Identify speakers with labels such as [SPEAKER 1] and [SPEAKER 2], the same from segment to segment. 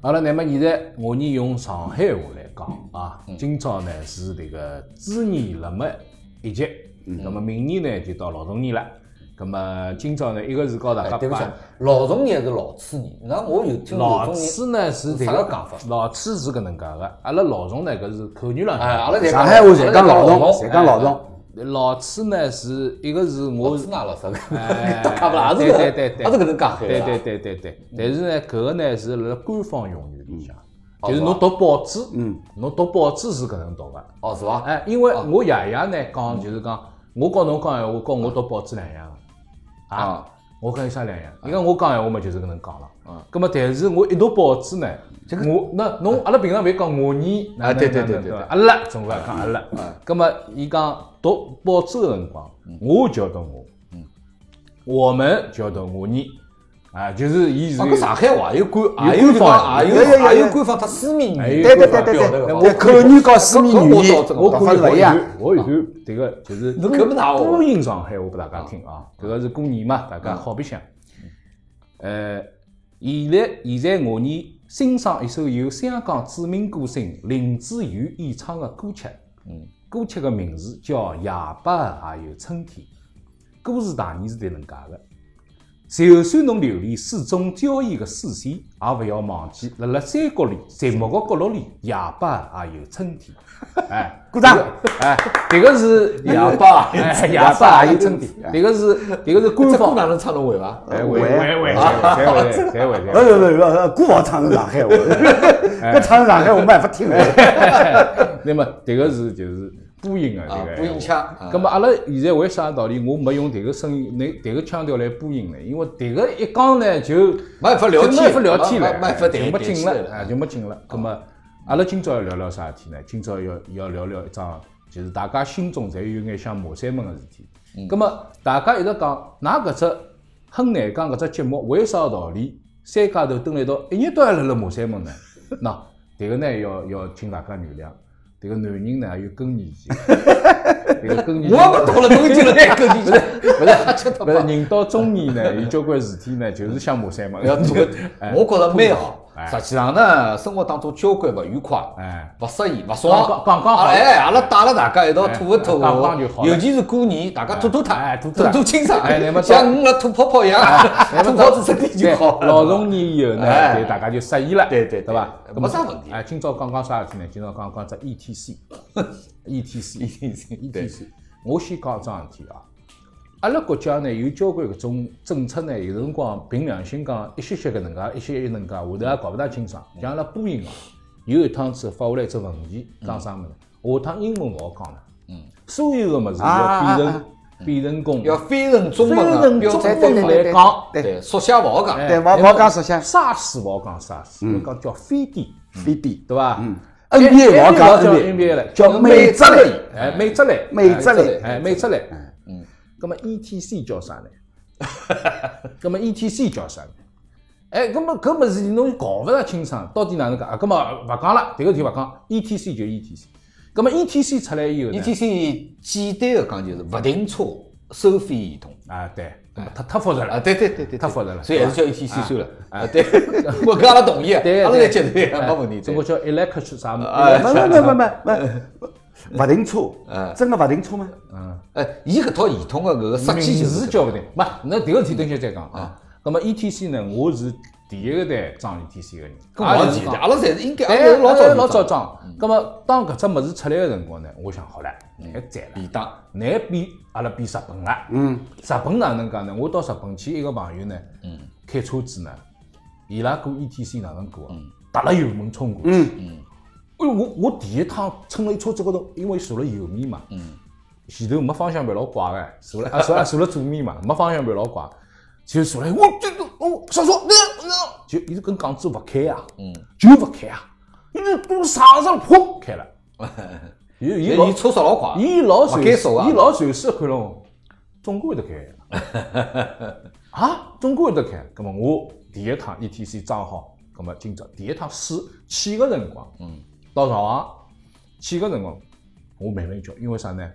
[SPEAKER 1] 好了，那么现在我呢用上海话来讲啊，
[SPEAKER 2] 嗯
[SPEAKER 1] 今朝呢是这个猪年了么一集，
[SPEAKER 2] 嗯
[SPEAKER 1] 那么明年呢就到老中年了。那么今朝呢，一个是告大
[SPEAKER 2] 哎
[SPEAKER 1] 家
[SPEAKER 2] 对不起
[SPEAKER 1] 把，
[SPEAKER 2] 老中年是老次年，那我有听
[SPEAKER 1] 老
[SPEAKER 2] 中年
[SPEAKER 1] 次呢是这
[SPEAKER 2] 啥
[SPEAKER 1] 个
[SPEAKER 2] 个讲法
[SPEAKER 1] 老次是搿能介个，阿拉老总呢搿是口语浪向
[SPEAKER 2] 哎阿拉侪
[SPEAKER 3] 上海话侪讲老
[SPEAKER 2] 阿拉
[SPEAKER 3] 动，
[SPEAKER 2] 侪
[SPEAKER 3] 侪
[SPEAKER 2] 讲
[SPEAKER 3] 讲
[SPEAKER 2] 老
[SPEAKER 3] 老
[SPEAKER 2] 动
[SPEAKER 3] 动。
[SPEAKER 1] 老次呢是一个是
[SPEAKER 2] 老
[SPEAKER 1] 我
[SPEAKER 2] 次哪老啥个？
[SPEAKER 1] 哎
[SPEAKER 2] 搭嘎不啦？也
[SPEAKER 1] 对
[SPEAKER 2] 是搿
[SPEAKER 1] 对对对，
[SPEAKER 2] 也是搿能讲海
[SPEAKER 1] 对
[SPEAKER 2] 的
[SPEAKER 1] 对
[SPEAKER 2] 啊。
[SPEAKER 1] 对对对，但是呢，搿个呢是辣辣官方用语里向，
[SPEAKER 2] 嗯
[SPEAKER 1] 就是
[SPEAKER 2] 哦
[SPEAKER 1] 侬
[SPEAKER 2] 是
[SPEAKER 1] 读报纸，嗯，侬读报纸是搿能读个，
[SPEAKER 2] 哦，是伐？
[SPEAKER 1] 哎，因为我爷爷呢讲就是讲，我跟侬讲闲话，跟我读报纸两样个，啊
[SPEAKER 2] 啊，
[SPEAKER 1] 我跟伊啥两样？伊讲我讲闲话嘛就是搿能讲了，啊，葛末但是我一读报纸呢，我那侬阿拉平常勿是讲我你，
[SPEAKER 2] 啊对对对对对嗯啊
[SPEAKER 1] 阿拉总归讲阿拉，葛末伊讲读报纸个辰光，我叫得我，
[SPEAKER 2] 嗯
[SPEAKER 1] 我们叫得我你，啊，就是伊是
[SPEAKER 2] 啊，搿上海话也有官，
[SPEAKER 1] 有
[SPEAKER 2] 也有
[SPEAKER 1] 官
[SPEAKER 2] 讲，
[SPEAKER 1] 方
[SPEAKER 2] 也
[SPEAKER 3] 有有有
[SPEAKER 2] 有也有
[SPEAKER 3] 有
[SPEAKER 2] 官方它私密
[SPEAKER 1] 哎有
[SPEAKER 2] 语，
[SPEAKER 1] 对对
[SPEAKER 2] 官方
[SPEAKER 3] 对对
[SPEAKER 2] 表
[SPEAKER 3] 对
[SPEAKER 1] 那
[SPEAKER 2] 达个
[SPEAKER 1] 我
[SPEAKER 2] 嘛。
[SPEAKER 3] 口语和私密语
[SPEAKER 2] 搿搿
[SPEAKER 3] 言
[SPEAKER 2] 我倒真
[SPEAKER 1] 我啊
[SPEAKER 3] 读
[SPEAKER 1] 可
[SPEAKER 3] 法
[SPEAKER 1] 以
[SPEAKER 3] 是勿一
[SPEAKER 1] 我
[SPEAKER 3] 样。
[SPEAKER 1] 有段，我有段这个就是
[SPEAKER 2] 侬搿么大哦
[SPEAKER 1] 播音上海话拨大家听啊，搿个是过年嘛，大家好白相。呃，现在现在我呢欣赏一首由香港著名歌星林子瑜演唱的歌曲，嗯，歌曲的名字叫《夜半也有春天》，歌词大意是迭能介的。就算侬流离水中交易的视线，也勿要忘记，辣辣山谷里、寂寞的角落里，夜半也有春天。 哎，
[SPEAKER 3] 鼓掌！
[SPEAKER 1] 哎，迭个是夜
[SPEAKER 2] 巴
[SPEAKER 1] 哎，夜
[SPEAKER 3] 哑
[SPEAKER 1] 巴
[SPEAKER 3] 巴
[SPEAKER 1] 也
[SPEAKER 3] 也
[SPEAKER 1] 有
[SPEAKER 3] 有
[SPEAKER 1] 春
[SPEAKER 3] 春
[SPEAKER 1] 天
[SPEAKER 3] 天。
[SPEAKER 1] 迭个是迭个是官
[SPEAKER 2] 这歌
[SPEAKER 1] 方。
[SPEAKER 2] 哪能唱侬会伐？
[SPEAKER 1] 哎，喂
[SPEAKER 3] 喂
[SPEAKER 1] 喂喂，才会才会才会
[SPEAKER 3] 勿勿勿勿，歌勿唱是上海话，搿唱是上海话没办法听的。
[SPEAKER 1] 哎 那么迭个是就是播音的
[SPEAKER 2] 啊
[SPEAKER 1] 迭，个。
[SPEAKER 2] 播音。腔。啊
[SPEAKER 1] 咁么阿拉现在为啥道理我没用迭个声音、那迭个腔调来播音呢？因为迭个一讲呢就
[SPEAKER 2] 没法聊
[SPEAKER 1] 就
[SPEAKER 2] 天
[SPEAKER 1] 没法聊天
[SPEAKER 2] 没
[SPEAKER 1] 了，
[SPEAKER 2] 没法
[SPEAKER 1] 就
[SPEAKER 2] 谈
[SPEAKER 1] 没
[SPEAKER 2] 谈
[SPEAKER 1] 劲
[SPEAKER 2] 起来
[SPEAKER 1] 了，
[SPEAKER 2] 了
[SPEAKER 1] 啊就没劲了。咁么阿拉今朝要聊聊啥事体呢？今朝要要聊聊一桩，就是大家心中侪有眼想骂三门个事体。
[SPEAKER 2] 嗯
[SPEAKER 1] 咁么大家一直讲，㑚搿只很难讲搿只节目为啥道理三家头蹲辣一道，一日到夜辣辣骂三门呢？喏，迭个呢要要请大家原谅。迭个男人呢，还有更年期， 迭个更年期，
[SPEAKER 2] 我也勿懂了，侬进了那个地方，勿是，吃脱
[SPEAKER 1] 勿
[SPEAKER 2] 吧
[SPEAKER 1] 是人到中年呢，有交关事体呢，就是想骂三门。
[SPEAKER 2] 要做个
[SPEAKER 1] 哎，
[SPEAKER 2] 我觉着蛮好
[SPEAKER 1] 哎。
[SPEAKER 2] 实际上呢，生活当中交关勿愉快，
[SPEAKER 1] 哎，
[SPEAKER 2] 勿适意，勿爽。
[SPEAKER 1] 讲讲讲好
[SPEAKER 2] 啊哎，阿拉带了大家一道
[SPEAKER 1] 哎
[SPEAKER 2] 吐一吐，
[SPEAKER 1] 讲讲就好了
[SPEAKER 2] 尤其是过年，大家吐吐痰，
[SPEAKER 1] 哎吐吐
[SPEAKER 2] 吐
[SPEAKER 1] 痰
[SPEAKER 2] 吐清爽
[SPEAKER 1] 哎那哎么，到
[SPEAKER 2] 像我辣吐泡泡一样， 吐泡子身
[SPEAKER 3] 啊
[SPEAKER 2] 体就好
[SPEAKER 1] 对
[SPEAKER 2] 了。
[SPEAKER 1] 老中年以后呢，
[SPEAKER 2] 哎
[SPEAKER 1] 对大家就适宜了，
[SPEAKER 2] 对对对
[SPEAKER 1] 对吧？
[SPEAKER 2] 没
[SPEAKER 1] 那么
[SPEAKER 2] 啥问题
[SPEAKER 1] 哎，今朝讲讲啥事体呢？今朝讲讲只 E
[SPEAKER 3] E
[SPEAKER 1] ETC，ETC，ETC，ETC 。E 我先讲一桩事体啊。阿拉国家呢有交关搿种政策呢，有辰光凭良心讲，一些些搿能介，一些些搿能介，后头也搞勿大清爽。像阿拉播音哦，有一趟子发下来一只文件，讲啥物事？下趟英文勿好讲了。嗯。所有个物事要
[SPEAKER 3] 啊
[SPEAKER 1] 变
[SPEAKER 3] 啊
[SPEAKER 1] 成变成功，
[SPEAKER 2] 要翻成中文
[SPEAKER 1] 非
[SPEAKER 2] 啊，
[SPEAKER 1] 常
[SPEAKER 2] 标
[SPEAKER 1] 中
[SPEAKER 2] 准
[SPEAKER 1] 文来讲，
[SPEAKER 3] 对
[SPEAKER 2] 对，缩写勿好
[SPEAKER 1] 哎
[SPEAKER 2] 讲。
[SPEAKER 3] 对，勿勿好讲实相，
[SPEAKER 1] 啥事勿好讲啥事，
[SPEAKER 2] 嗯
[SPEAKER 1] 我讲叫非典，
[SPEAKER 3] 非典。
[SPEAKER 1] 对伐？
[SPEAKER 3] NBA 勿好
[SPEAKER 1] 叫
[SPEAKER 3] 讲
[SPEAKER 1] NBA 了，叫
[SPEAKER 3] 美职类，
[SPEAKER 1] 哎美职类，
[SPEAKER 3] 美职类
[SPEAKER 1] 哎美职类，嗯，那么 ETC 叫啥呢？ 那么 ETC 叫啥呢？哎，搿么搿么事体侬搞勿大清爽，到底哪能讲？啊，搿么勿讲了，迭个就勿讲，ETC 就 E ETC。搿么 ETC 出来
[SPEAKER 2] E
[SPEAKER 1] 以后呢？
[SPEAKER 2] ETC 简单的讲就是勿停车收费系统
[SPEAKER 1] 啊，对，搿么太太复杂
[SPEAKER 2] 啊，
[SPEAKER 1] 了，
[SPEAKER 2] 对对对对，
[SPEAKER 1] 太复杂了，
[SPEAKER 2] 所以还是叫 ETC 算了啊，对， 我跟阿拉同意，啊
[SPEAKER 1] 对
[SPEAKER 2] 阿拉
[SPEAKER 1] 对
[SPEAKER 2] 来接受，
[SPEAKER 1] 哎
[SPEAKER 2] 没问题。
[SPEAKER 1] 中
[SPEAKER 2] 对
[SPEAKER 1] 国叫 electric 啥么？
[SPEAKER 2] 哎
[SPEAKER 3] 没没没没没没，勿停车，真个勿停车吗？
[SPEAKER 2] 哎，伊搿套系统的搿个设计
[SPEAKER 1] 名
[SPEAKER 2] 就
[SPEAKER 1] 字
[SPEAKER 2] 是
[SPEAKER 1] 叫勿定，没，那迭个事体等歇再讲啊。那么 ETC 呢，我是第一个 E 代装 ETC 个人，
[SPEAKER 2] 搿老
[SPEAKER 1] 也
[SPEAKER 2] 简
[SPEAKER 1] 是
[SPEAKER 2] 单，
[SPEAKER 1] 讲
[SPEAKER 2] 阿拉侪是应该，阿
[SPEAKER 1] 哎，
[SPEAKER 2] 拉是老早
[SPEAKER 1] 老早嗯
[SPEAKER 2] 就
[SPEAKER 1] 装。那么当搿只物事出来个辰光呢，我想好了，哎来赞了。
[SPEAKER 2] 便当。
[SPEAKER 1] 难比阿拉比日本了。嗯，日本哪能讲呢？我到日本去，一个朋友呢，嗯，开车子呢，伊拉过 ETC 哪能过啊？踏了油门冲过去。嗯嗯。哎呦，我我第一趟乘了一车子高头，因为坐了右面嘛，嗯，前头没方向盘老怪个，坐了啊坐 啊坐了左面嘛，没方向盘老怪，就坐了，我这这我上车，那那就伊就跟港子勿开啊，嗯，就勿开啊，伊就都上上砰开 了，伊伊
[SPEAKER 2] 伊
[SPEAKER 1] 老
[SPEAKER 2] 伊车速老快，
[SPEAKER 1] 伊老
[SPEAKER 2] 勿
[SPEAKER 1] 随
[SPEAKER 2] 该手啊
[SPEAKER 1] 伊老随时看了我，中国会得开啊？ 啊，中国会得开？咁么我第一趟 ETC 装好，咁么今朝第一趟试去个辰光，嗯，到上海去个辰光，我慢慢叫，因为啥呢？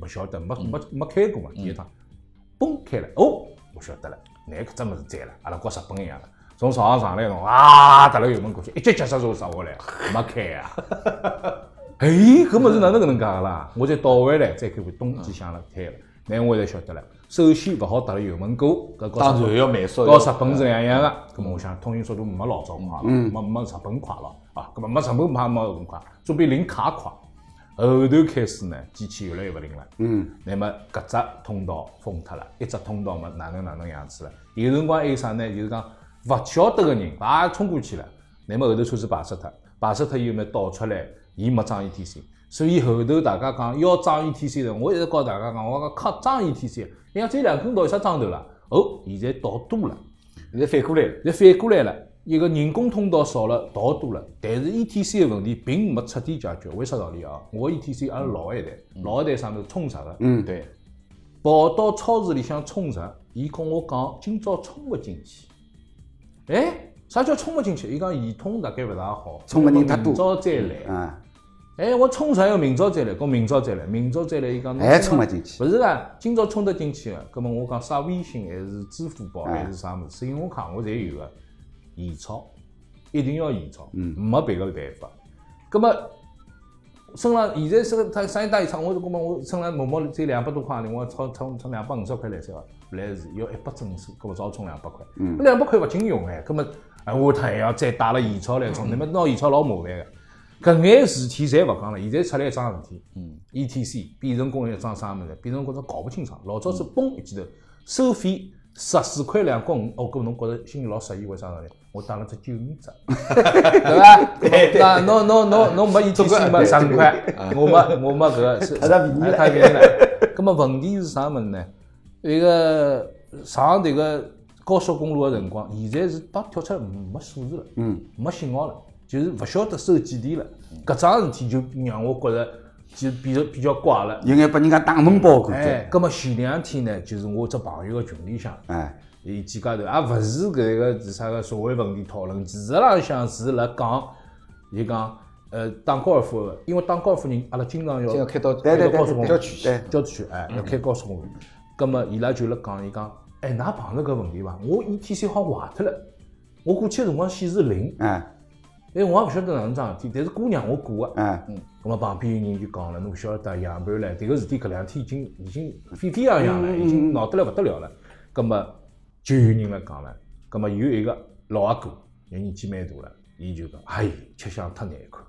[SPEAKER 1] 勿晓得，没没没开过嘛，第一趟，嘣开了，哦，我晓得了，那搿只物事赞了，阿拉和日本一样了，从床上上来侬啊，踏了油门过去，一脚脚刹车刹下来，没开啊。哎，搿物事哪能搿能介个啦？我再倒回来，再看看咚几响了，开了。那我才晓得了，首先勿好踏了油门过，搿高
[SPEAKER 2] 当然要慢速，
[SPEAKER 1] 和日本是两样个。咁么我想通讯速度没老早快了，没没日本快了啊，咁么没日本快，没日本快，总比零卡快。后头开始呢，机器越来越勿灵了。嗯，那么搿只通道封脱了，一只通道嘛，哪能哪能样子了？有辰光还有啥呢？就是讲勿晓得个人也冲过去了，那么后头车子排斥脱，排斥脱以后嘛倒出来，伊没装 ETC，所以后头大家讲要装 ETC 的，我一直告大家讲，我讲靠装 E ETC，人家只有两根道有啥装头了？哦，现在道多了。
[SPEAKER 2] 现在反过来了，
[SPEAKER 1] 现在反过来了，一个人工通道少了，道多了，但是 ETC 的问题并没彻底解决。为啥道理啊？我 ETC 阿拉老一代，老一代啥物事充值个，
[SPEAKER 3] 嗯
[SPEAKER 2] 对，
[SPEAKER 1] 跑到超市里向充值，伊跟我讲今朝充勿进去。哎，啥叫充勿进去？伊讲系统大概勿大好，
[SPEAKER 3] 充的人太多
[SPEAKER 1] 明朝再来。
[SPEAKER 3] 啊，
[SPEAKER 1] 哎，我冲啥要明朝再来？讲明朝再来，明朝再来，伊讲侬
[SPEAKER 3] 还
[SPEAKER 1] 今朝
[SPEAKER 3] 哎冲勿进去
[SPEAKER 1] 勿是啊，今朝冲得进去个。葛末我讲啥微信还是支付
[SPEAKER 3] 啊
[SPEAKER 1] 宝还是啥物事，信用卡我侪有个，现钞一定要现钞，
[SPEAKER 3] 嗯
[SPEAKER 1] 没别个办法。葛末身浪现在是个他商业大浴场，我是葛末我身浪默默只有两百多块钿，我操充充两百五十块来塞伐？勿来事，要一百整数，葛末只好充两百块。
[SPEAKER 3] 嗯
[SPEAKER 1] 搿两百块勿经用哎，葛末哎我下趟还要再带了现钞来
[SPEAKER 3] 嗯
[SPEAKER 1] 充，那么拿现钞老麻烦个。搿眼事体侪勿讲了，现在出来一桩事体，嗯，ETC 变成工业一桩啥物事？变成觉着搞勿清爽。老早子嘣一记头，收费十四块两角五，哦，搿侬觉着心里老适意，为啥道理？我打了只九五折，对伐？
[SPEAKER 2] 对对
[SPEAKER 1] 那侬侬侬侬没 ETC 没十五块，我没我没搿个是，哎
[SPEAKER 3] 太便宜了
[SPEAKER 1] 太便宜 了。葛么问题是啥物事呢？一个上迭个高速公路个辰光，现在是到跳出来没数字了，嗯，没信号了，就是勿晓得收几点了。搿桩事体就让我觉着就比较比较怪了。
[SPEAKER 3] 有眼把人家打懵包过去，
[SPEAKER 1] 哎，葛么前两天呢，就是我只朋友个群里向，
[SPEAKER 3] 哎，
[SPEAKER 1] 伊几家头也勿是搿个是啥个社会问题讨论，其实浪向是辣讲，伊讲呃打高尔夫的，因为打高尔夫人阿拉经常
[SPEAKER 2] 就要
[SPEAKER 1] 要
[SPEAKER 2] 开到
[SPEAKER 3] 对对对
[SPEAKER 1] 高速公
[SPEAKER 3] 对，
[SPEAKER 1] 路
[SPEAKER 3] 对对
[SPEAKER 1] 郊区哎要开高速公路，葛么伊拉就辣讲伊讲，哎，㑚碰着搿问题伐？我 ETC 好像坏脱了，我过去个辰光显示零，
[SPEAKER 3] 哎
[SPEAKER 1] 哎，我也勿晓得哪能桩事体，但是姑娘我过个。
[SPEAKER 3] 哎，
[SPEAKER 1] 咁么旁边有人就讲了，侬勿晓得杨盘唻，迭个事体搿两天已经已经沸沸扬扬了，已经闹得来勿得了了。咁么就有人来讲了，咁么有一个老阿哥，伊年纪蛮大了，伊就讲：“哎，吃相太难看。”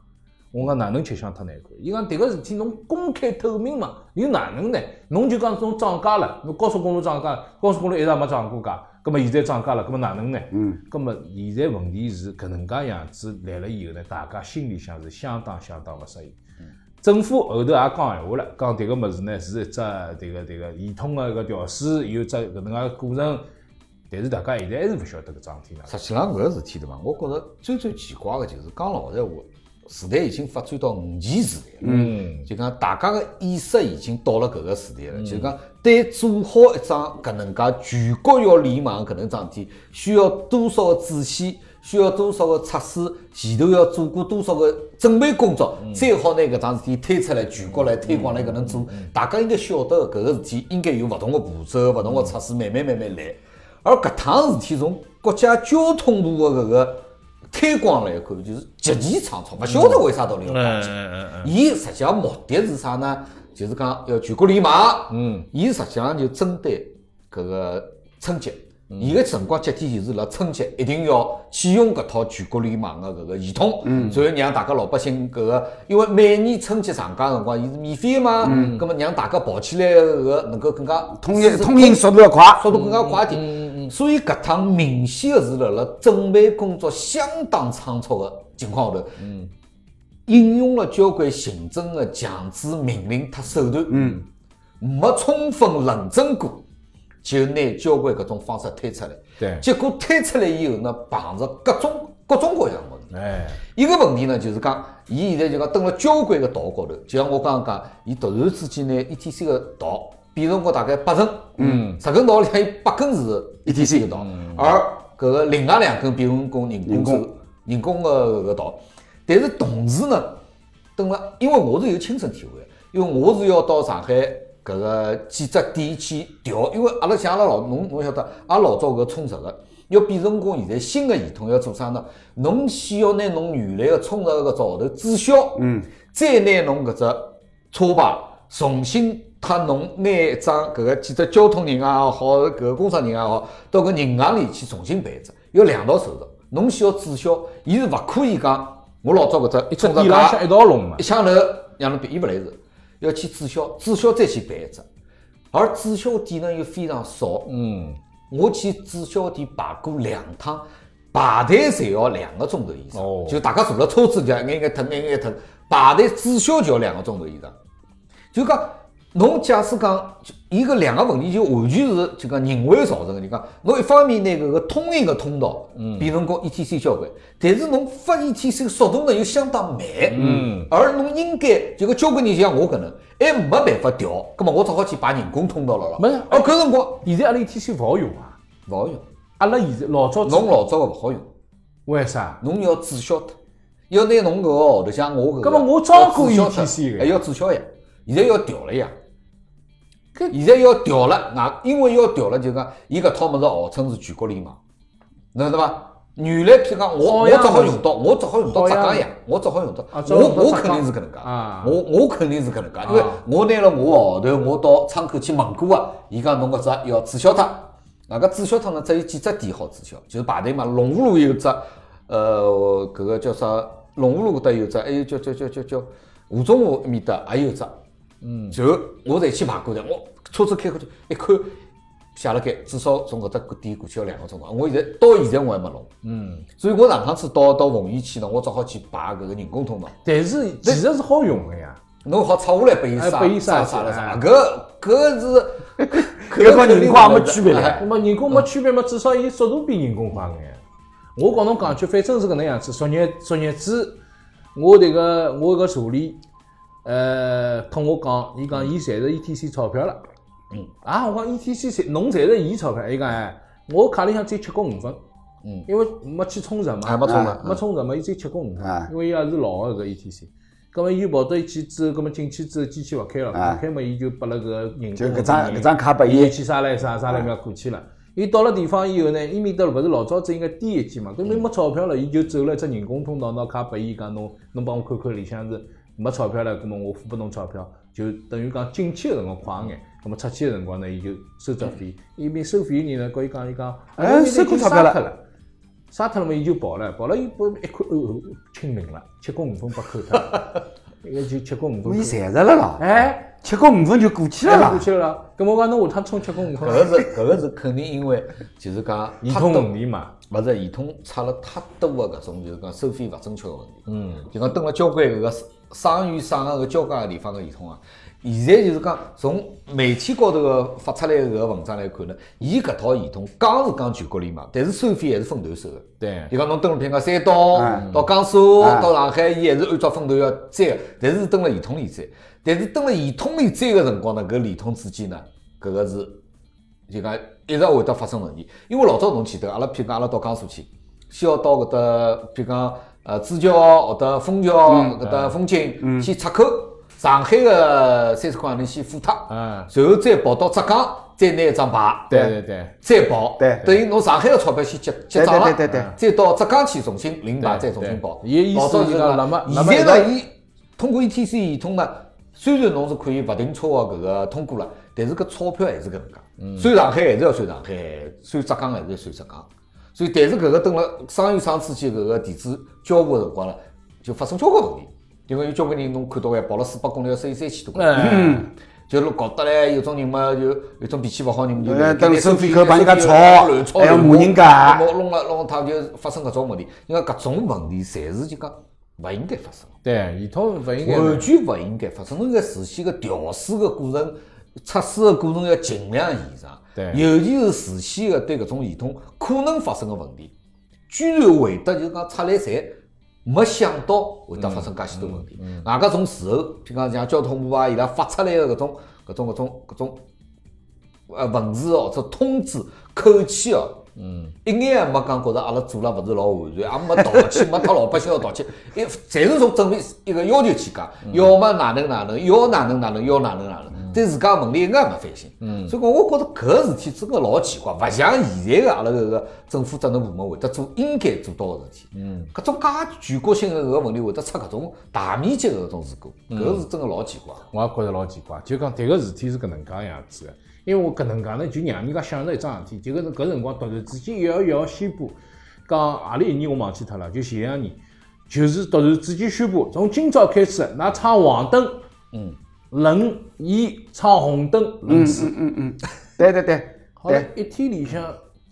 [SPEAKER 1] 我讲哪能吃相太难看？伊讲迭个事体侬公开透明嘛，又哪能呢？侬就讲侬涨价了，侬高速公路涨价了，高速公路一直也没涨过价，咁么现在涨价了，咁么哪能呢？嗯，咁么现在问题是搿能介样子来了以后呢，大家心里向是相当相当勿适应。政府后头也讲闲话了，讲迭个物事呢是一只迭个迭个系统个一个调试，有只搿能介个过程，但是大家现在还是勿晓得搿桩事体哪能。
[SPEAKER 2] 实际上搿个事体对伐？我觉着最最奇怪个就是讲老实闲话，时代已经发展到五 G 时代了。
[SPEAKER 1] 嗯，
[SPEAKER 2] 就讲大家个意识已经到了搿个时代了，就讲对做好一桩搿能介全国要联网搿能桩事体，需要多少个仔细，需要多少个测试，前头要做过多少个准备工作，最好拿搿桩事体推出来，全国来推广来搿能做，大家应该晓得搿个事体应该有勿同个步骤，勿同个测试，慢慢慢慢来。而搿趟事体从国家交通部个搿个推广来看，就是极其仓促，勿晓得为啥道理要讲起。伊实际上目的是啥呢？就是讲要全国联网。嗯，伊实际上就针对搿个春节，伊个辰光节点就是辣春节一定要启用搿套全国联网的搿个系统，嗯，然后让大家老百姓搿个，因为每年春节长假辰光伊是免费的嘛，嗯，葛么让大家跑起来搿个能够更加
[SPEAKER 3] 通
[SPEAKER 2] 舒
[SPEAKER 3] 信
[SPEAKER 2] 适
[SPEAKER 3] 通信速度要快，
[SPEAKER 2] 速度更加快点。所以搿趟明显个是辣辣准备工作相当仓促个情况下头，引用了交关行政个强制命令和手段，嗯，没充分论证过，就拿交关搿种方式推出来。
[SPEAKER 1] 对
[SPEAKER 2] 结果推出来以后呢，碰着各种各种各样个问题。
[SPEAKER 1] 哎，
[SPEAKER 2] 一个问题呢，就是讲，伊现在就讲蹲了交关个道高头，就像我刚刚讲，伊突然之间拿 ETC 个道变成过大概八成，嗯，十根道里向有八根是 ETC 个道，而搿个另外两根变成工人工是人工个搿个道，但是同时呢，蹲了，因为我是有亲身体会的，因为我是要到上海搿个几只店去调，因为阿拉像阿拉老侬侬晓得，阿拉老早搿充值个，要变成功，现在新个系统要做啥呢？侬先要拿侬原来个充值搿只号头注销，嗯，再拿侬搿只车牌重新他侬拿一张搿个几只交通银行也好，搿个工商银行也好，到搿银行里去重新办一只，要两道手续。侬先要注销，伊是勿可以讲我老早搿只一充值
[SPEAKER 1] 伊拉
[SPEAKER 2] 卡
[SPEAKER 1] 想一道弄嘛
[SPEAKER 2] 一，箱头让侬别，伊勿来事，要去注销，注销再去办一只，而注销店呢又非常少，
[SPEAKER 1] 嗯，
[SPEAKER 2] 我去注销店排过两趟，排队侪要两个钟头以上，
[SPEAKER 1] 哦
[SPEAKER 2] 就大家坐辣车子里向一眼眼腾一眼眼腾，排队注销就要两个钟头以上。就讲侬假使讲，就伊搿两个问题就完全是就讲人为造成的。就讲侬一方面拿搿个通行个通道变成跟 ETC 交关，但是侬发 ETC 的速度呢又相当慢，嗯，而侬应该就搿交关人就像我搿能，还没办法调，葛末我只好去排人工通道了咯。
[SPEAKER 1] 没呀
[SPEAKER 2] 而搿辰光
[SPEAKER 1] 现在阿拉 ETC 勿好用啊，
[SPEAKER 2] 哎勿好用，
[SPEAKER 1] 阿拉现在老早
[SPEAKER 2] 侬老早个勿好用。
[SPEAKER 1] 为啥？
[SPEAKER 2] 侬要注销它，要拿侬搿个号头像我搿个，
[SPEAKER 1] 搿么我照顾
[SPEAKER 2] 要注销
[SPEAKER 1] ETC
[SPEAKER 2] 它
[SPEAKER 1] 个
[SPEAKER 2] 还要注销呀，现在要调了呀。现在要调了，外因为要调了，就讲伊搿套物事号称是全国联网，侬晓得伐？原来譬如讲我
[SPEAKER 1] 好
[SPEAKER 2] 我只
[SPEAKER 1] 样
[SPEAKER 2] 好
[SPEAKER 1] 的
[SPEAKER 2] 用到，我只好用到
[SPEAKER 1] 好
[SPEAKER 2] 浙
[SPEAKER 1] 样
[SPEAKER 2] 江
[SPEAKER 1] 的
[SPEAKER 2] 呀，我只好用到
[SPEAKER 1] 啊，只好
[SPEAKER 2] 我
[SPEAKER 1] 用到
[SPEAKER 2] 我
[SPEAKER 1] 浙
[SPEAKER 2] 肯定
[SPEAKER 1] 江
[SPEAKER 2] 是搿能介
[SPEAKER 1] 啊，
[SPEAKER 2] 我我肯定是搿能介，因为
[SPEAKER 1] 啊
[SPEAKER 2] 我拿了我的号头，我到窗口去问过啊，伊讲侬搿只要注销它，那个注销它呢，只有几只店好注销，就是排队嘛。龙湖路有只，呃，搿个叫啥？龙湖路搿搭有只，还有叫叫叫叫叫吴中路埃面搭还有一只。嗯，然后我侪去排过的，我车子开过去一看，写了该至少从搿只店过去要两个钟头。我现在到现在我还没弄，嗯，所以我上趟子到到奉贤去呢，我只好去排搿个人工通道。
[SPEAKER 1] 但是其实是好用的呀，
[SPEAKER 2] 侬好拆下来拨伊
[SPEAKER 1] 哎拨伊
[SPEAKER 2] 杀
[SPEAKER 1] 杀
[SPEAKER 2] 杀了杀，
[SPEAKER 1] 哎
[SPEAKER 2] 搿搿是
[SPEAKER 3] 搿和人工也没区别
[SPEAKER 2] 哎
[SPEAKER 3] 嘞。
[SPEAKER 1] 那么人工没区别嘛，至少伊速度比人工快眼。我告侬讲句，反正是搿能样子。昨日昨日子，我迭个我搿助理，呃，跟我讲，伊讲伊赚着 ETC 钞票了。嗯。啊，我讲 ETC 赚侬赚着伊钞票，伊讲哎，我卡里向只吃过五分。嗯。因为没去充值嘛。
[SPEAKER 2] 哎没充值
[SPEAKER 1] 没啊充值嘛，伊只吃过五分
[SPEAKER 3] 嗯哎，
[SPEAKER 1] 啊因为伊也是老个搿 E ETC。葛么伊跑到一起之后，葛么进去之后机器勿开了，
[SPEAKER 3] 哎
[SPEAKER 1] 勿开嘛，伊就拨了搿人工
[SPEAKER 3] 就搿张
[SPEAKER 1] 人
[SPEAKER 3] 搿张卡拨伊，
[SPEAKER 1] 去啥来啥啥
[SPEAKER 3] 哎
[SPEAKER 1] 来苗过去了。伊到了地方以后呢，伊面搭勿是老早子应该低一级嘛，
[SPEAKER 3] 嗯
[SPEAKER 1] 搿没没钞票了，伊就走了只人工通道，拿卡拨伊讲侬侬帮我看看里向是没钞票了，葛末我付拨侬钞票，就等于讲进去个辰光快眼，葛末出去个辰光呢，伊就收只费，伊面收费个人呢，告伊讲伊讲，
[SPEAKER 3] 嗯哎
[SPEAKER 1] 我面
[SPEAKER 3] 收过
[SPEAKER 1] 已经
[SPEAKER 3] 钞票
[SPEAKER 1] 杀
[SPEAKER 3] 了
[SPEAKER 1] 脱了。杀脱了嘛，伊就跑了，跑了伊不一看，哦哦，清明了，七角五分拨扣脱 了，伊个就七角五分
[SPEAKER 3] 伊
[SPEAKER 1] 扣。
[SPEAKER 3] 赚着了啦，
[SPEAKER 1] 哎，
[SPEAKER 3] 吃过五分就过去了
[SPEAKER 1] 过
[SPEAKER 3] 啦。
[SPEAKER 1] 去了啦，咁我讲侬下趟充七角五
[SPEAKER 2] 搿
[SPEAKER 1] 分。
[SPEAKER 2] 个是搿个是肯定因为就是讲
[SPEAKER 1] 系
[SPEAKER 2] 太
[SPEAKER 1] 统
[SPEAKER 2] 多
[SPEAKER 1] 问题嘛，
[SPEAKER 2] 勿是系统出了太多个搿种就是讲收费勿正确个问题。嗯，就讲蹲了交关搿个商与商个搿交关个地方个系统啊，现在就是讲从媒体高头个发出来个搿个文章来看呢，伊搿套系统讲是讲全国联网，但是收费还是分段收个。
[SPEAKER 1] 对
[SPEAKER 2] 就讲侬登了，譬如讲山东
[SPEAKER 3] 嗯
[SPEAKER 2] 到江苏
[SPEAKER 3] 嗯
[SPEAKER 2] 到上海，伊还是按照分段要追个，但是是登了系统里追，但是登了系统里追个辰光呢，搿系统之间呢，搿个是就讲一直会得发生问题。因为老早侬记得，阿拉譬如讲阿拉到江苏去，先要到搿搭，譬如讲呃支桥或者枫桥
[SPEAKER 1] 嗯
[SPEAKER 2] 搿搭风景，先出口上海个三十块洋钿先付脱，
[SPEAKER 1] 嗯
[SPEAKER 2] 然后再跑到浙江，再拿一张牌，
[SPEAKER 1] 对对对，
[SPEAKER 2] 再跑，
[SPEAKER 3] 对
[SPEAKER 2] 等于侬上海个钞票先结结账了，
[SPEAKER 3] 对对对
[SPEAKER 2] 再到浙江去重新领牌，再
[SPEAKER 1] 对
[SPEAKER 2] 重新报。
[SPEAKER 1] 对伊意思
[SPEAKER 2] 老早就
[SPEAKER 1] 就是
[SPEAKER 2] 讲
[SPEAKER 1] 讲那么那么
[SPEAKER 2] 现在
[SPEAKER 1] 一
[SPEAKER 2] 呢，伊通过 E ETC 系统呢，虽然侬是可以勿停车啊个搿个通过了，但是搿钞票还是搿能
[SPEAKER 1] 嗯
[SPEAKER 2] 介，算上海还是要算上海，算浙江还是要算浙江。所以，但是搿个等了商与商之间搿个地址交互个辰光呢，就发生交关问题，因为有交关人侬看到个跑了四百公里要收伊三千多块钱。
[SPEAKER 1] 嗯，
[SPEAKER 2] 就搞得嘞，有种人嘛，就有种脾气勿好人，就
[SPEAKER 3] 呃等
[SPEAKER 2] 来
[SPEAKER 3] 收费口帮人家
[SPEAKER 2] 收费
[SPEAKER 3] 吵
[SPEAKER 2] 口乱吵
[SPEAKER 3] 还要
[SPEAKER 2] 乱
[SPEAKER 3] 骂人家
[SPEAKER 2] 弄弄了弄他就发生搿种问题。因为搿种问题，侪是就讲勿应该发生，
[SPEAKER 1] 对，系统勿应该
[SPEAKER 2] 完全勿应该发生。侬在事先个调试个过程、测试个过程要尽量延长，
[SPEAKER 1] 对
[SPEAKER 2] 尤其是事先个对搿种系统可能发生个问题，居然会得就是讲出来侪没想到会得发生介许多问题。外加从事后，譬如讲像交通部啊，伊拉发出来个搿种搿种搿种搿种呃文字哦，或者通知口气哦。嗯，一眼也没讲觉着阿拉做了勿是老完善，也没道歉，没脱老百姓个道歉， 一
[SPEAKER 1] 嗯
[SPEAKER 2] 侪是从正面一个要求去讲，要么哪能哪能，要哪能哪能，要哪能哪能，对自家问题一眼也没反省。嗯，所以讲，我觉着搿事体真个老奇怪，勿像现在个阿拉搿个政府职能部门会得做应该做到个事体。嗯，搿种介全国性个搿个问题会得出搿种大面积个搿种事故，
[SPEAKER 1] 嗯
[SPEAKER 2] 搿是真个老奇怪。
[SPEAKER 1] 我也觉着老奇怪，就讲迭个事体是搿能介样子的，因为我搿能介呢，就让人家想着一桩事体，就搿搿辰光突然之间一号一号宣布，讲何里一年我忘记脱了，就前两年，就是突然之间宣布，从今朝开始，㑚闯黄灯，嗯，轮椅闯红灯轮次，
[SPEAKER 3] 对对对
[SPEAKER 1] 好像
[SPEAKER 3] 对，
[SPEAKER 1] 一天里向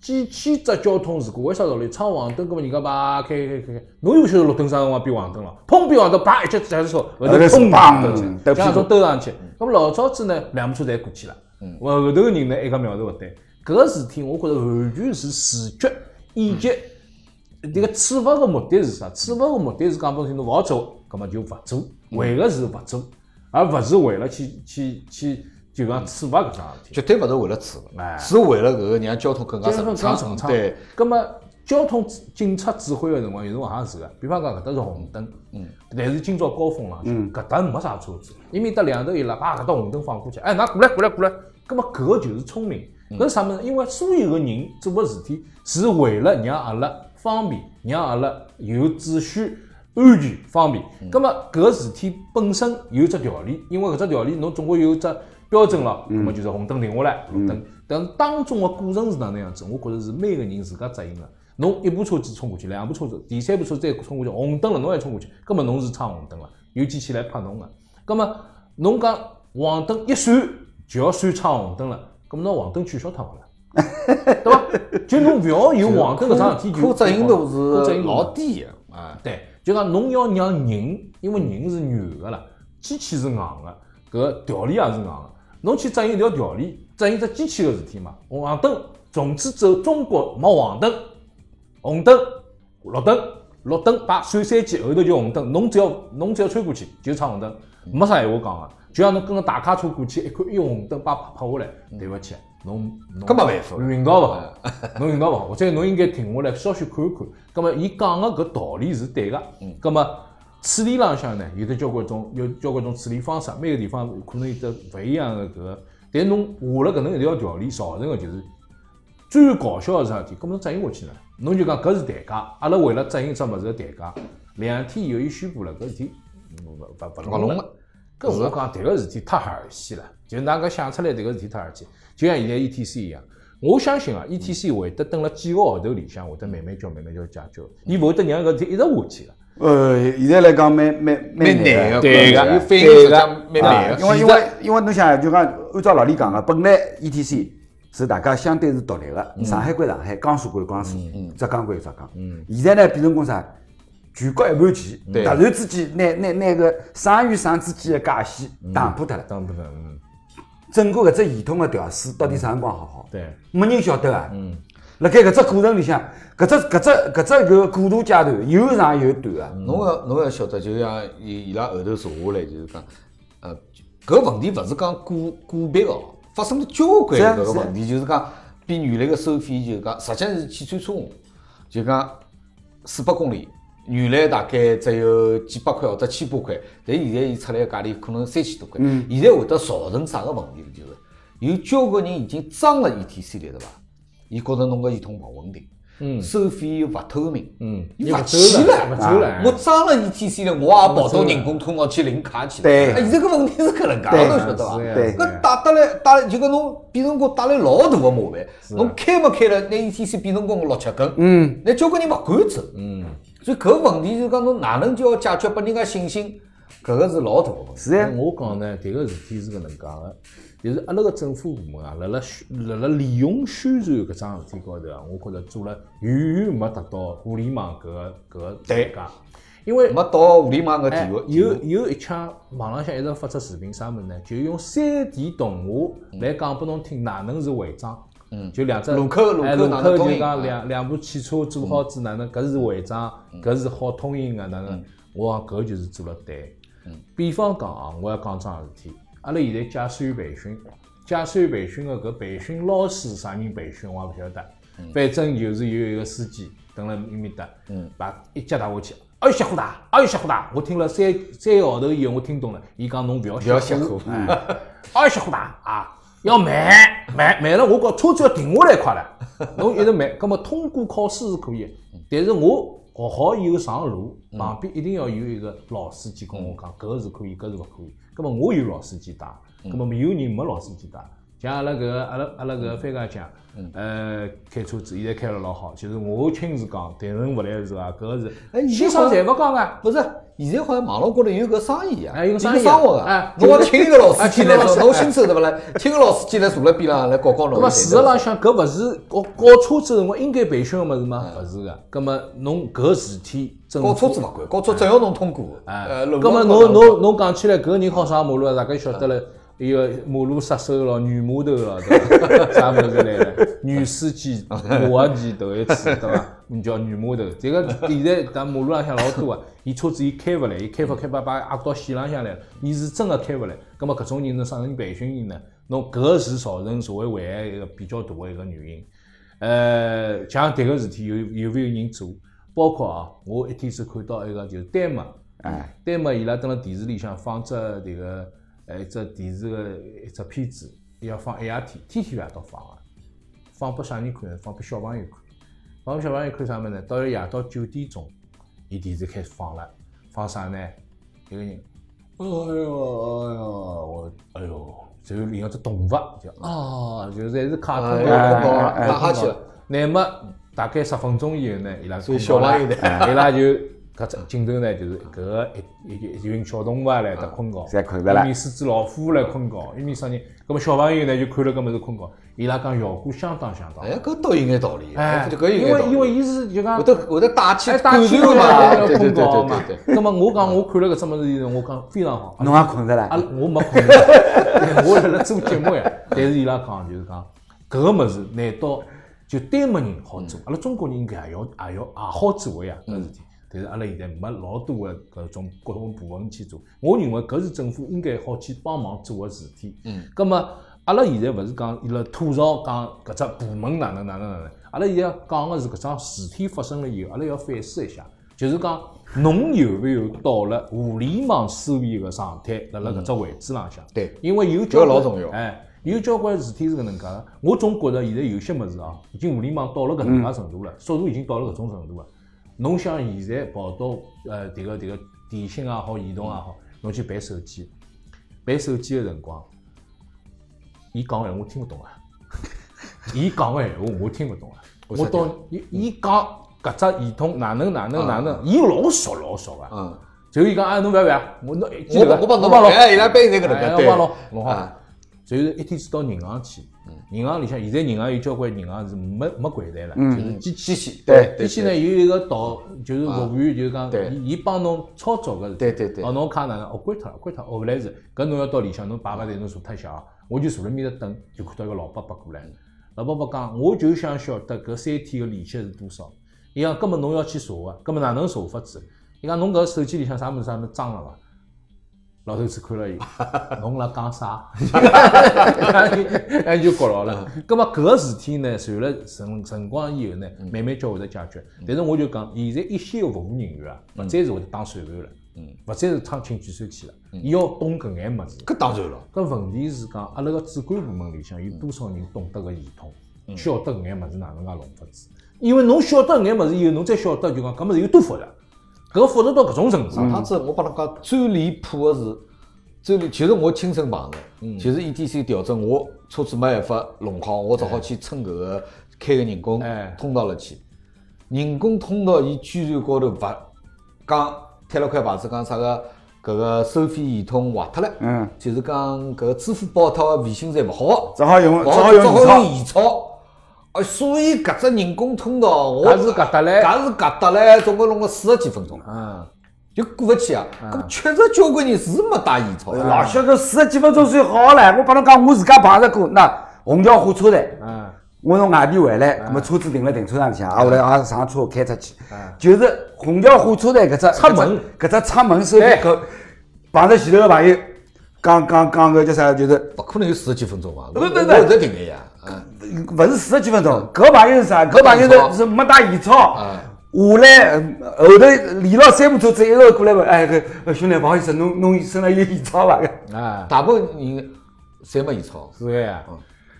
[SPEAKER 1] 几千只交通事故，为啥道理？闯黄灯，搿么人家叭开开开开，侬又勿晓得绿灯啥辰光变黄灯了，砰变黄灯，叭一脚刹车，后头
[SPEAKER 3] 后头是
[SPEAKER 1] 砰
[SPEAKER 3] 砰
[SPEAKER 1] 兜起来
[SPEAKER 3] 嗯兜屁股嗯
[SPEAKER 1] 像从兜上去。搿么老早子呢，两部车侪过去了，我后头个人呢，一个苗头勿对。搿个事体，我觉着完全是视觉
[SPEAKER 3] 嗯
[SPEAKER 1] 以及迭个处罚个目的是啥？处罚个目的是讲拨侬侬勿好做，搿么就勿做，
[SPEAKER 3] 嗯
[SPEAKER 1] 为个是勿做，而勿是为了去去去就讲处罚搿桩事体。
[SPEAKER 2] 绝对勿是为了处
[SPEAKER 1] 哎
[SPEAKER 2] 罚，是为了搿个让交通更加
[SPEAKER 1] 交通
[SPEAKER 2] 顺
[SPEAKER 1] 更
[SPEAKER 2] 畅。
[SPEAKER 1] 顺畅。
[SPEAKER 2] 对，，
[SPEAKER 1] 葛么交通指警察指挥个辰光，有辰光也是个。比方讲，搿搭是红灯，嗯，但是今朝高峰浪向，搿搭没啥车子，伊面搭两头一拉，把搿搭红灯放过去，哎，㑚过来过来过来，葛么搿个就是聪明。搿是啥物事？因为所有个人做个事体是为了让阿拉方便，让阿拉有秩序。安全方便，葛么搿个事体本身有只条理，因为搿只条理侬总归有只标准了，
[SPEAKER 2] 嗯
[SPEAKER 1] 那么就是红灯停下来，绿灯。但当中个过程是哪能样子？我觉着是每个人自家责任个。侬一部车子冲过去，两部车子，第三部车再冲过去，红灯了侬也冲过去，葛么侬是闯红灯了，有机器来拍侬个。葛么侬讲黄灯一闪就要算闯红灯了，葛么拿黄灯取消脱好了，对伐？就侬勿要有黄灯搿桩事体， 就
[SPEAKER 2] 可执行度
[SPEAKER 1] 可执
[SPEAKER 2] 是
[SPEAKER 1] 行度
[SPEAKER 2] 老低个啊。
[SPEAKER 1] 对，就讲侬要让人，因为人是软个啦，机器是硬个，搿条理也是硬个。侬去执行一条条理，执行只机器个事体嘛。黄灯，从此走中国没黄灯，红灯、绿灯、绿灯把闪三记，后头就红灯。侬只要侬只要穿过去，就闯红灯，没啥闲话讲个。啊就像侬跟个大卡车过去，一看一红灯，把拍拍下来，对勿起，侬侬
[SPEAKER 2] 搿没办法
[SPEAKER 1] 运道勿好，侬运道勿好，或者侬应该停下来稍许看一看。葛么，伊讲个搿道理是对个。葛么，处理浪向呢，有得交关种，有交关种处理方式，每个地方可能有得勿一样个搿个。但侬下了搿能一条条例，造成个就是最搞笑个是啥事体？搿么侬执行下去呢？侬就讲搿是代价，阿拉为了执行只物事个代价。两天以后，伊宣布了搿事体勿勿勿
[SPEAKER 2] 勿弄
[SPEAKER 1] 了
[SPEAKER 2] 了。
[SPEAKER 1] 搿我讲迭个事体太儿戏了，就㑚搿想出来迭个事体太儿戏，就像现在 ETC 一样。我相信啊，ETC
[SPEAKER 2] 嗯
[SPEAKER 1] 会得等了几个号头里向，会得慢慢叫慢慢叫解决，伊勿会得让搿事体一直下去个。
[SPEAKER 3] 呃，现在来讲蛮蛮
[SPEAKER 2] 蛮
[SPEAKER 3] 难
[SPEAKER 2] 难
[SPEAKER 3] 的
[SPEAKER 2] 个，
[SPEAKER 1] 对
[SPEAKER 2] 个
[SPEAKER 1] 个，
[SPEAKER 2] 有反应
[SPEAKER 1] 对
[SPEAKER 2] 实际
[SPEAKER 1] 个
[SPEAKER 2] 上蛮难
[SPEAKER 3] 啊
[SPEAKER 2] 个。
[SPEAKER 3] 因为
[SPEAKER 2] 其
[SPEAKER 3] 因
[SPEAKER 2] 实
[SPEAKER 3] 为因为侬想就讲，按照老李讲个，本来 ETC 是大家相对是独立个，上海归上海，江苏归江苏，浙江归浙江。现在呢，变成讲啥？全国一盘棋，突
[SPEAKER 2] 对
[SPEAKER 3] 然之间拿拿拿个省与省之间个界限打破脱了。
[SPEAKER 1] 当不嗯，
[SPEAKER 3] 整个搿只系统个调试到底啥辰光好好？
[SPEAKER 1] 对，
[SPEAKER 3] 没人晓得啊。嗯，辣盖搿只过程里向，搿只搿只搿只个过渡阶段有长有短啊。
[SPEAKER 2] 侬要侬要晓得，就像伊伊拉后头查下来，就是讲，呃，搿问题勿是讲个个别个哦，发生了交关
[SPEAKER 3] 是啊
[SPEAKER 2] 搿个
[SPEAKER 3] 是啊
[SPEAKER 2] 问题，就是讲比原来个收费就是讲，实际上是汽车车红，就讲四百公里，原来大概只有几百块或者千把块，但现在伊出来个价钿可能三千多块，
[SPEAKER 1] 嗯
[SPEAKER 2] 现在会得造成啥个问题呢？就是有交关人已经装了 ETC 了，对伐？伊觉着侬个系统勿稳定，嗯，收费又勿透明，
[SPEAKER 1] 嗯
[SPEAKER 2] 伊
[SPEAKER 1] 又
[SPEAKER 2] 勿
[SPEAKER 1] 勿
[SPEAKER 2] 去
[SPEAKER 1] 走了
[SPEAKER 2] 了，
[SPEAKER 1] 勿走了哎
[SPEAKER 2] 我装了 ETC 了，我也跑到人工通道去领卡去了。
[SPEAKER 3] 对
[SPEAKER 2] 哎现在个问题是搿能介，
[SPEAKER 3] 对
[SPEAKER 2] 侬晓得伐
[SPEAKER 1] 是啊呀？
[SPEAKER 3] 对
[SPEAKER 1] 是呀
[SPEAKER 2] 搿带得来带来就搿侬变成功带来老大个麻烦。
[SPEAKER 1] 啊
[SPEAKER 2] 侬开没开了，拿 E ETC 变成功六七根，嗯，那交关人勿敢走，嗯。所以搿问题就是讲侬哪能就要解决拨人家信心，搿个是老大个问题。
[SPEAKER 3] 是啊，
[SPEAKER 1] 我讲呢，迭个事体是搿能介个，就是阿拉个政府部门啊，辣辣宣辣辣利用宣传搿桩事体高头啊，我觉着做了远远没达到互联网搿个搿个代价，因为
[SPEAKER 2] 没到互联网个地
[SPEAKER 1] 哎
[SPEAKER 2] 位，
[SPEAKER 1] 有有一腔网浪向一直发出视频啥物事呢？就用三 D 动画
[SPEAKER 2] 嗯
[SPEAKER 1] 来讲拨侬听哪能是违章。嗯，就两只
[SPEAKER 2] 路口路口
[SPEAKER 1] 哎路
[SPEAKER 2] 哪能
[SPEAKER 1] 口
[SPEAKER 2] 通嗯
[SPEAKER 1] 就
[SPEAKER 2] 行
[SPEAKER 1] 讲
[SPEAKER 2] 啊
[SPEAKER 1] 两两部汽车做好子哪能，搿是违章，搿是好通行个哪
[SPEAKER 2] 嗯
[SPEAKER 1] 能？我讲搿就是做了对。比方讲啊，我要讲桩事体，阿拉现在驾驶员培训，驾驶员培训个搿培训老师是啥人培训我也嗯勿晓得，反正就是有一个司机蹲辣埃面搭，把一脚踏下去，哎呦，瞎胡打！哎呦，瞎胡打！我听了三三个号头以后，我听懂了。伊讲侬勿要
[SPEAKER 2] 不要瞎哭，
[SPEAKER 1] 哎呦，瞎胡打啊！要慢慢慢了，我讲车子要停下来快 了。侬一直慢，葛末通过考试是可以，但是我学好以后上路，
[SPEAKER 2] 嗯
[SPEAKER 1] 旁边一定要有一个老司机跟我讲，搿个是可以，搿是勿可以。葛末我有老司机带，
[SPEAKER 2] 嗯
[SPEAKER 1] 葛末有人没老司机带。像阿拉搿个阿拉阿拉搿个番茄酱，
[SPEAKER 2] 嗯
[SPEAKER 1] 呃，开车子现在开了老好，就是我亲自讲，但人勿来是伐？搿个是，
[SPEAKER 2] 哎你
[SPEAKER 1] 新手侪勿讲啊。
[SPEAKER 2] 不是，现在好像网络高头有个生意啊，
[SPEAKER 1] 哎有个生意啊
[SPEAKER 2] 生活啊
[SPEAKER 1] 哎，
[SPEAKER 2] 侬要请一个老司机
[SPEAKER 1] 哎请
[SPEAKER 2] 来
[SPEAKER 1] 一个老
[SPEAKER 2] 做，
[SPEAKER 1] 司
[SPEAKER 2] 侬新手对勿啦？请个老司机来坐辣边浪来搞搞侬。
[SPEAKER 1] 那么事实浪向，搿勿是搞搞车子辰光应该培训个物事吗？勿是个。葛么侬搿事体政
[SPEAKER 2] 搞车
[SPEAKER 1] 府
[SPEAKER 2] 子勿管，搞车只要侬通过，
[SPEAKER 1] 哎，
[SPEAKER 2] 呃，
[SPEAKER 1] 葛么
[SPEAKER 2] 侬
[SPEAKER 1] 侬侬侬讲起来，搿人好上马路啊？大家晓得了，伊个马路杀手咯，女魔头咯，对伐？啥物事来了？女司机，我也记头一次，对伐？你叫女魔头，这个现在咱马路浪向老多啊，伊车子伊开勿来，伊开勿开把把压到线浪向来了，伊是真个开勿来。葛么搿种人能啥人培训伊呢？侬搿个是造成社会危害一个比较大个一个原因。呃，像迭个事体有有没有人做？包括啊，我一天是看到一个就是丹麦，
[SPEAKER 3] 哎，
[SPEAKER 1] 丹麦伊拉蹲辣电视里向放只迭个呃一只电视个一只片子，伊要放一夜天，天天夜到放啊，放拨啥人看呢？放拨小朋友看，放拨小朋友看啥物事呢？到了夜到九点钟，伊电视开始放了，放啥呢？一个人，哎哟哎哟，我哎哟，然后里向只动物就啊，就是侪是卡通
[SPEAKER 2] 哎
[SPEAKER 1] 的
[SPEAKER 2] 呀
[SPEAKER 1] 广告啊，
[SPEAKER 2] 哎
[SPEAKER 1] 打哈
[SPEAKER 2] 哎
[SPEAKER 1] 欠了。那么大概十分钟以后呢，伊拉
[SPEAKER 2] 所以
[SPEAKER 1] 困觉
[SPEAKER 2] 小朋
[SPEAKER 1] 了
[SPEAKER 2] 友 呢
[SPEAKER 1] 伊拉就搿只镜头呢，就是搿个一一一群小动物啊来搭困觉，
[SPEAKER 3] 侪困着了
[SPEAKER 1] 一面狮子、老虎来困觉，一面啥人？葛么小朋友呢就看了搿物事困觉，伊拉讲效果相当相当。
[SPEAKER 2] 哎，搿倒有眼道理，
[SPEAKER 1] 哎
[SPEAKER 2] 我，觉得搿有
[SPEAKER 1] 因
[SPEAKER 2] 眼道
[SPEAKER 1] 为
[SPEAKER 2] 理。
[SPEAKER 1] 因为伊是就讲
[SPEAKER 2] 会得会得带起
[SPEAKER 1] 哎
[SPEAKER 2] 感
[SPEAKER 1] 打
[SPEAKER 2] 染
[SPEAKER 1] 气
[SPEAKER 2] 嘛，
[SPEAKER 1] 嘛，
[SPEAKER 2] 对对
[SPEAKER 1] 困
[SPEAKER 2] 对
[SPEAKER 1] 觉
[SPEAKER 2] 对
[SPEAKER 1] 嘛
[SPEAKER 2] 对对。。
[SPEAKER 1] 葛么我讲我看了搿只物事以后，我讲非常好，
[SPEAKER 3] 侬也困着
[SPEAKER 1] 阿拉
[SPEAKER 3] 了，
[SPEAKER 1] 我没困觉， 我辣辣做节目呀。但是伊拉讲就是讲，搿个物事难道就丹麦人好做？阿拉中国人应该也要也要也好做个呀，搿事体。但是阿拉现在没老多个搿种各种部门去做，我认为搿是政府应该好去帮忙做个事体。嗯，葛末阿拉现在勿是讲伊拉吐槽讲搿只部门哪能哪能哪能，阿拉现在讲个是搿桩事体发生了以后，阿拉要反思一下。就是讲，侬有没有到了互联网思维个状态，辣辣搿只位置浪向？
[SPEAKER 2] 嗯对
[SPEAKER 1] 因为有交关
[SPEAKER 2] 这个老重要
[SPEAKER 1] 哎，有交关事体是搿能介个。我总觉着现在有些物事啊，已经互联网到了搿能介程
[SPEAKER 2] 嗯
[SPEAKER 1] 度了，速度已经到了搿种程度了。侬想现在跑到呃迭个迭个电信也好，移动也好，
[SPEAKER 2] 嗯
[SPEAKER 1] 侬去办手机，办手机个辰光，伊讲个闲话我听勿 懂啊。伊讲个闲话我听勿懂啊。
[SPEAKER 2] 为啥
[SPEAKER 1] 我到伊伊讲搿只系统哪能哪能哪
[SPEAKER 2] 啊
[SPEAKER 1] 能，伊老熟老熟个。
[SPEAKER 2] 嗯，
[SPEAKER 1] 然后伊讲啊，侬勿要勿要，我侬记
[SPEAKER 2] 我
[SPEAKER 1] 得伐
[SPEAKER 2] 我帮侬
[SPEAKER 1] 我帮
[SPEAKER 2] 弄，
[SPEAKER 1] 侬
[SPEAKER 2] 哎，伊拉背那个那
[SPEAKER 1] 哎
[SPEAKER 2] 个，
[SPEAKER 1] 我
[SPEAKER 2] 对，
[SPEAKER 1] 帮侬弄好
[SPEAKER 2] 啊。嗯
[SPEAKER 1] 然后一天子到银行去，银行里向现在银行有交关银行是没没柜台了，
[SPEAKER 2] 嗯
[SPEAKER 1] 就是机器。
[SPEAKER 2] 机器，对
[SPEAKER 1] 机
[SPEAKER 2] 对
[SPEAKER 1] 器
[SPEAKER 2] 对啊
[SPEAKER 1] 呢有一个导，就是服务员，就是讲
[SPEAKER 2] 对，
[SPEAKER 1] 伊伊帮侬操作个事体。
[SPEAKER 2] 对对对
[SPEAKER 1] 哦，侬卡哪能？哦，关脱了，关脱了，哦，勿来事。搿侬要到里向，侬排排队，侬坐脱一下啊。我就坐辣面搭等，就看到一个老伯伯过来。老伯伯讲，我就想晓得搿三天个利息是多少。伊讲，搿么侬要去查个，搿么哪能查法子？伊讲，侬搿手机里向啥物事啥物事脏了伐？老头子看了伊， 侬辣讲啥？哎，就觉牢了。葛末搿个事体呢，随了辰辰光以后呢，慢慢叫会得解决。但是我就讲，现在一线个服务人员啊，勿再是会得打算盘了，勿再是唱请计算器了，伊要懂搿眼物事。
[SPEAKER 2] 搿当然了，
[SPEAKER 1] 搿问题是讲，阿拉个主管部门里向有多少人懂得个系统，晓得搿眼物事哪能介弄法子？因为侬晓得搿眼物事以后，侬再晓得就讲搿物事有多复杂，搿复杂到搿种程度
[SPEAKER 2] 上。趟子我帮侬讲最离谱的是，最离就是我亲身碰
[SPEAKER 1] 嗯
[SPEAKER 2] 着，就是 ETC 调整，我车子没办法弄好，我只好去蹭搿个开个人工
[SPEAKER 1] 哎
[SPEAKER 2] 通道了去。人工通道伊居然高头勿讲贴了块牌子，讲啥个搿个收费系统坏脱了，
[SPEAKER 3] 嗯，
[SPEAKER 2] 就是讲搿个支付宝它微信侪勿好，
[SPEAKER 3] 只好用
[SPEAKER 2] 勿
[SPEAKER 3] 只
[SPEAKER 2] 好
[SPEAKER 3] 好
[SPEAKER 2] 只
[SPEAKER 3] 用现
[SPEAKER 2] 好
[SPEAKER 3] 钞
[SPEAKER 2] 用。现钞。啊，所以搿只人工通道，我
[SPEAKER 1] 搿是搿搭嘞
[SPEAKER 2] 搿是搿搭嘞，总共弄了四十几分钟。
[SPEAKER 1] 嗯，
[SPEAKER 2] 就过勿去啊。搿么确实交关人是没带烟草的，
[SPEAKER 3] 哎老小哥四十几分钟算好了，我帮侬讲，我自家碰着过。那虹桥火车站，
[SPEAKER 1] 嗯，
[SPEAKER 3] 我从外地回来，那么车子停了停车场里向，啊，后来也上车开出去，就是虹桥火车站�搿只
[SPEAKER 1] 出门
[SPEAKER 3] 搿只搿只出门收费口，碰着前头个朋友，讲讲讲个叫啥，就是
[SPEAKER 2] 勿可能有四十几分钟伐？
[SPEAKER 3] 不不不
[SPEAKER 2] 我我一直停个呀。啊
[SPEAKER 3] 勿是四十几分钟，搿朋友是啥？搿朋友
[SPEAKER 2] 没带
[SPEAKER 3] 是是没带现钞
[SPEAKER 2] 啊，
[SPEAKER 3] 下来呃后头连牢三部车子一个过来问，哎个呃兄弟不好意思，侬侬身上有现钞伐？
[SPEAKER 1] 啊，
[SPEAKER 2] 大部分人侪没现钞。
[SPEAKER 1] 是个呀，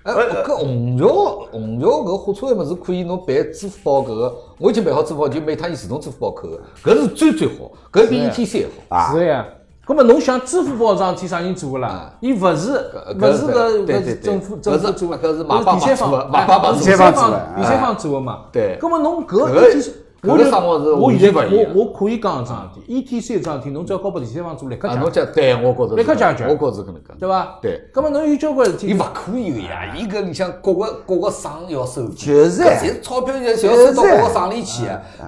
[SPEAKER 2] 哎，搿虹桥虹桥搿火车个物事可以侬办支付宝搿个，我已经办好支付宝，就每趟伊自动支付宝扣个，搿是最最好，搿比 ETC 还好。
[SPEAKER 1] 是个呀。葛末侬想支付宝桩事体啥人做个啦
[SPEAKER 2] 啊？
[SPEAKER 1] 伊勿是
[SPEAKER 2] 搿
[SPEAKER 1] 勿是
[SPEAKER 2] 搿
[SPEAKER 1] 搿
[SPEAKER 2] 对啊
[SPEAKER 1] 搿
[SPEAKER 2] 对
[SPEAKER 1] 是
[SPEAKER 2] 对
[SPEAKER 1] 政府政
[SPEAKER 2] 搿
[SPEAKER 1] 府
[SPEAKER 2] 是
[SPEAKER 1] 做个，
[SPEAKER 2] 搿是马
[SPEAKER 1] 搿
[SPEAKER 2] 爸
[SPEAKER 1] 第
[SPEAKER 2] 爸
[SPEAKER 1] 三
[SPEAKER 2] 做
[SPEAKER 1] 方
[SPEAKER 2] 的马爸爸
[SPEAKER 1] 第
[SPEAKER 2] 做
[SPEAKER 3] 的
[SPEAKER 1] 三
[SPEAKER 3] 做的
[SPEAKER 1] 方第三方做个嘛。
[SPEAKER 2] 对
[SPEAKER 1] 葛末侬搿
[SPEAKER 2] 搿
[SPEAKER 1] ETC，
[SPEAKER 2] 搿
[SPEAKER 1] 我
[SPEAKER 2] 个
[SPEAKER 1] 就
[SPEAKER 2] 生活是
[SPEAKER 1] 我
[SPEAKER 2] 完
[SPEAKER 1] 现
[SPEAKER 2] 全
[SPEAKER 1] 在
[SPEAKER 2] 勿一样
[SPEAKER 1] 我我可以讲一桩事体，ETC 一桩事体，侬只要交拨第三方做立刻
[SPEAKER 2] 啊，
[SPEAKER 1] 解
[SPEAKER 2] 侬
[SPEAKER 1] 决，
[SPEAKER 2] 讲对，我觉着
[SPEAKER 1] 立
[SPEAKER 2] 是
[SPEAKER 1] 刻
[SPEAKER 2] 搿
[SPEAKER 1] 解
[SPEAKER 2] 能
[SPEAKER 1] 决
[SPEAKER 2] 我觉着是搿能
[SPEAKER 1] 对
[SPEAKER 2] 介。
[SPEAKER 1] 伐？
[SPEAKER 2] 对。
[SPEAKER 1] 葛末侬有交关事体，
[SPEAKER 2] 伊勿可以个
[SPEAKER 1] 哎
[SPEAKER 2] 呀，伊搿里向各个各个省要收费，
[SPEAKER 3] 就是
[SPEAKER 1] 啊
[SPEAKER 2] 搿侪是钞票要要收到各个省里去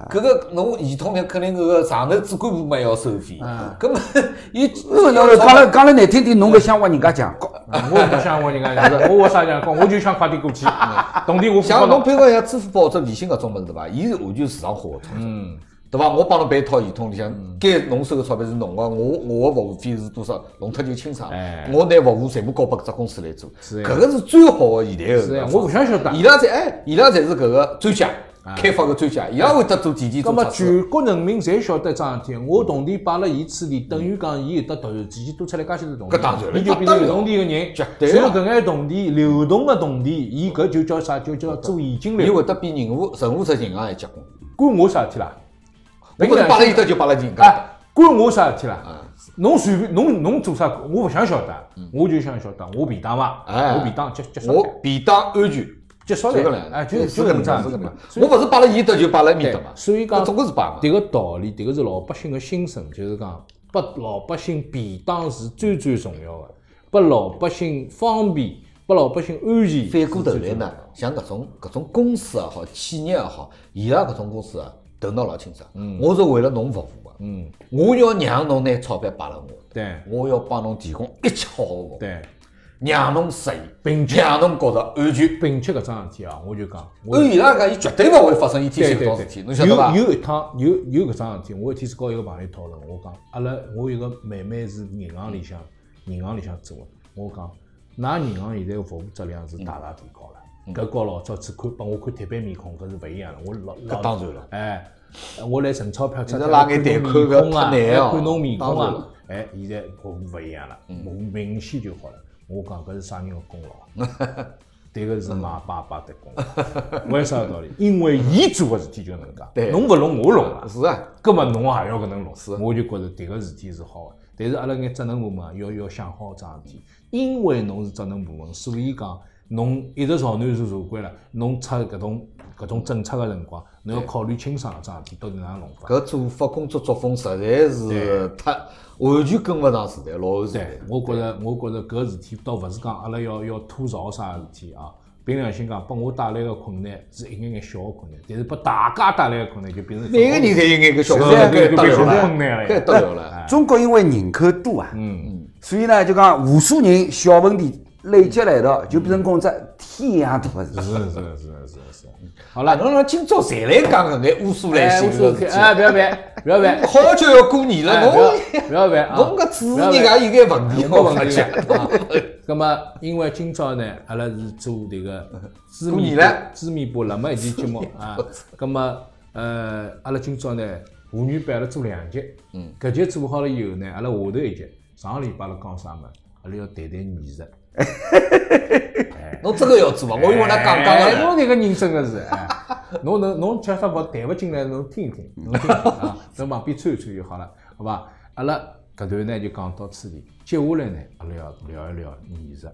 [SPEAKER 2] 个。搿个侬系统里肯定搿个上头主管部门要收费，
[SPEAKER 1] 啊
[SPEAKER 2] 搿么 伊
[SPEAKER 3] 呃
[SPEAKER 2] 要
[SPEAKER 3] 讲了讲了难听点，侬搿想挖人家墙角，
[SPEAKER 1] 我不想问人 家讲，我为啥讲？我就想快点过去，同点我付
[SPEAKER 2] 像
[SPEAKER 1] 不
[SPEAKER 2] 嗯侬
[SPEAKER 1] 侬。
[SPEAKER 2] 比如讲像支付宝或者微信搿种物事对伐？伊是完全市场化个操
[SPEAKER 1] 嗯
[SPEAKER 2] 作，对伐？我帮侬办一套系统里向，该侬收个钞票是侬个，我我个服务费是多少，弄脱就清爽
[SPEAKER 1] 哎。
[SPEAKER 2] 我拿服务全部交拨搿只公司来做，
[SPEAKER 1] 是
[SPEAKER 2] 搿
[SPEAKER 1] 呀
[SPEAKER 2] 个是最好个现代个。
[SPEAKER 1] 是啊呀，我不想晓得。
[SPEAKER 2] 伊拉侪哎，伊拉侪是搿个专家，开发个专家，伊拉会得做体检
[SPEAKER 1] 葛
[SPEAKER 2] 做
[SPEAKER 1] 啊么
[SPEAKER 2] 测试。
[SPEAKER 1] 全国人民侪晓得桩事体，我同地摆了伊处理，等于讲伊有得突然之间多出来介许多同地，
[SPEAKER 2] 搿当然了
[SPEAKER 1] 伊就变成有同地个人，
[SPEAKER 2] 绝对
[SPEAKER 1] 然
[SPEAKER 2] 啊
[SPEAKER 1] 后搿眼同地流动个同地，伊搿就叫啥？就叫做现金
[SPEAKER 2] 伊
[SPEAKER 1] 流。
[SPEAKER 2] 会得比任何任何只银行还结棍。
[SPEAKER 1] 关我啥事体啦？
[SPEAKER 2] 我
[SPEAKER 1] 侬搿两
[SPEAKER 2] 觉着摆辣伊搭就摆辣银行。
[SPEAKER 1] 啊，关我啥事体
[SPEAKER 2] 啊
[SPEAKER 1] 啦？侬随便侬侬做啥，我勿想晓得，我就想晓得，我便当伐？
[SPEAKER 2] 嗯哎
[SPEAKER 1] 我便当结结束
[SPEAKER 2] 我
[SPEAKER 1] 了，
[SPEAKER 2] 便当安全，
[SPEAKER 1] 结束
[SPEAKER 2] 就搿能
[SPEAKER 1] 了
[SPEAKER 2] 样，
[SPEAKER 1] 哎，就是就
[SPEAKER 2] 搿
[SPEAKER 1] 搿
[SPEAKER 2] 能
[SPEAKER 1] 能
[SPEAKER 2] 样
[SPEAKER 1] 样
[SPEAKER 2] 是搿能
[SPEAKER 1] 子
[SPEAKER 2] 样。。我勿是摆辣伊搭就摆辣伊面搭嘛，
[SPEAKER 1] 所以
[SPEAKER 2] 搿
[SPEAKER 1] 讲
[SPEAKER 2] 总归是摆嘛。
[SPEAKER 1] 啊迭个道理，迭个是老百姓个心声，就是讲拨老百姓便当是最最重要个，拨老百姓方便，拨老百姓安全。
[SPEAKER 2] 反过头来呢，像搿种搿种公司也好，企业也好，伊拉搿种公司啊，头脑老清爽。
[SPEAKER 1] 嗯
[SPEAKER 2] 我是为了侬服务个，嗯，我要让侬拿钞票摆辣我搭，
[SPEAKER 1] 对
[SPEAKER 2] 我要帮侬提供一切好个服务，
[SPEAKER 1] 对，
[SPEAKER 2] 让侬适意，
[SPEAKER 1] 并且
[SPEAKER 2] 让侬觉着安全。
[SPEAKER 1] 并且搿桩事体啊，我就讲，我
[SPEAKER 2] 按哎伊拉讲，伊绝对勿会发生 E T
[SPEAKER 1] 对
[SPEAKER 2] C 搿
[SPEAKER 1] 对
[SPEAKER 2] 种
[SPEAKER 1] 对
[SPEAKER 2] 事体，侬晓得伐？
[SPEAKER 1] 有有一趟有有搿桩事体，我一天是跟一个朋友讨论，我讲阿拉我有个妹妹是银行里向银行里向做个，我讲㑚银行现在个服务质量是大大提高
[SPEAKER 2] 嗯
[SPEAKER 1] 了，搿和老早子看帮我看铁板面孔搿是勿一样了，我老老
[SPEAKER 2] 搿当然了，
[SPEAKER 1] 哎，我来存钞票出
[SPEAKER 2] 现
[SPEAKER 1] 来
[SPEAKER 2] 在拉眼
[SPEAKER 1] 看侬
[SPEAKER 2] 贷款搿
[SPEAKER 1] 面孔啊
[SPEAKER 2] 太难哦
[SPEAKER 1] 看侬面孔
[SPEAKER 2] 当然
[SPEAKER 1] 啊
[SPEAKER 2] 了，嗯
[SPEAKER 1] 哎，现在服务勿一样了，我明显就好了，我讲搿是啥人个功劳？ 迭个是马爸爸的功劳， 为啥道理？因为伊做个事体就搿能介，
[SPEAKER 2] 对
[SPEAKER 1] 侬勿弄我弄啊，
[SPEAKER 2] 是啊，
[SPEAKER 1] 葛末侬也要搿能弄，我就觉着迭个事体是好个。但是阿拉眼职能部门啊要要想好桩事体，因为侬是职能部门，所以讲侬一直朝南สู่茶关了，侬出搿种搿种政策个辰光，侬要考虑清爽搿桩事体到底哪能弄法。
[SPEAKER 2] 搿做法工作作风实在是太完全跟勿上时代，落后时代
[SPEAKER 1] 对。，我觉着我觉着搿事体倒勿是讲阿拉要要吐槽啥事体啊。凭良心讲，拨我带来个困难是一眼眼小个困难，但是拨大家带来个困难就变成
[SPEAKER 2] 每个人侪有眼搿小
[SPEAKER 1] 是
[SPEAKER 2] 困
[SPEAKER 1] 啊
[SPEAKER 2] 难，
[SPEAKER 1] 对对
[SPEAKER 2] 搿得
[SPEAKER 1] 对
[SPEAKER 2] 了
[SPEAKER 1] 对
[SPEAKER 2] 了
[SPEAKER 1] 困难了，
[SPEAKER 2] 搿得了了。
[SPEAKER 3] 中国因为人口多啊，嗯，所以呢就讲无数人小问题累积来一道，就变成公只天一样大个事
[SPEAKER 1] 是
[SPEAKER 3] 体。
[SPEAKER 1] 是是是是。
[SPEAKER 2] 好了，啊侬让今朝侪来讲搿眼乌苏兰
[SPEAKER 1] 哎，
[SPEAKER 2] 心
[SPEAKER 1] 我说
[SPEAKER 2] 个事体，
[SPEAKER 1] 哎，不要办，不要办，
[SPEAKER 2] 好久要过年了，
[SPEAKER 1] 哎不要
[SPEAKER 2] 侬
[SPEAKER 1] 不要办啊！
[SPEAKER 2] 侬搿主持人
[SPEAKER 1] 不要办
[SPEAKER 2] 也有眼问题哦
[SPEAKER 1] 我
[SPEAKER 2] 好
[SPEAKER 1] 没问
[SPEAKER 2] 问
[SPEAKER 1] 题
[SPEAKER 2] 题
[SPEAKER 1] 啊。 那么，啊因为今朝呢，阿拉是做迭个 知
[SPEAKER 2] 过
[SPEAKER 1] 米
[SPEAKER 2] 年
[SPEAKER 1] 波
[SPEAKER 2] 了
[SPEAKER 1] 知米波辣么一期节 目啊。那么，呃，阿拉今朝呢，妇女版阿拉做两集，嗯，搿集做好了以后呢，阿拉下头一集，上个礼拜阿拉讲啥物事，阿拉要谈谈美食。
[SPEAKER 2] 侬真个要做伐？啊我以为㑚 讲讲
[SPEAKER 1] 哎
[SPEAKER 2] 个
[SPEAKER 1] 侬这个人真的是，哎， 侬能侬讲啥勿谈勿进来，侬听一听，
[SPEAKER 2] 嗯
[SPEAKER 1] 侬听一听啊， 侬旁边穿一穿就好了，好伐？阿拉搿段呢就讲到此地，接下来呢，阿拉要聊一聊艺术。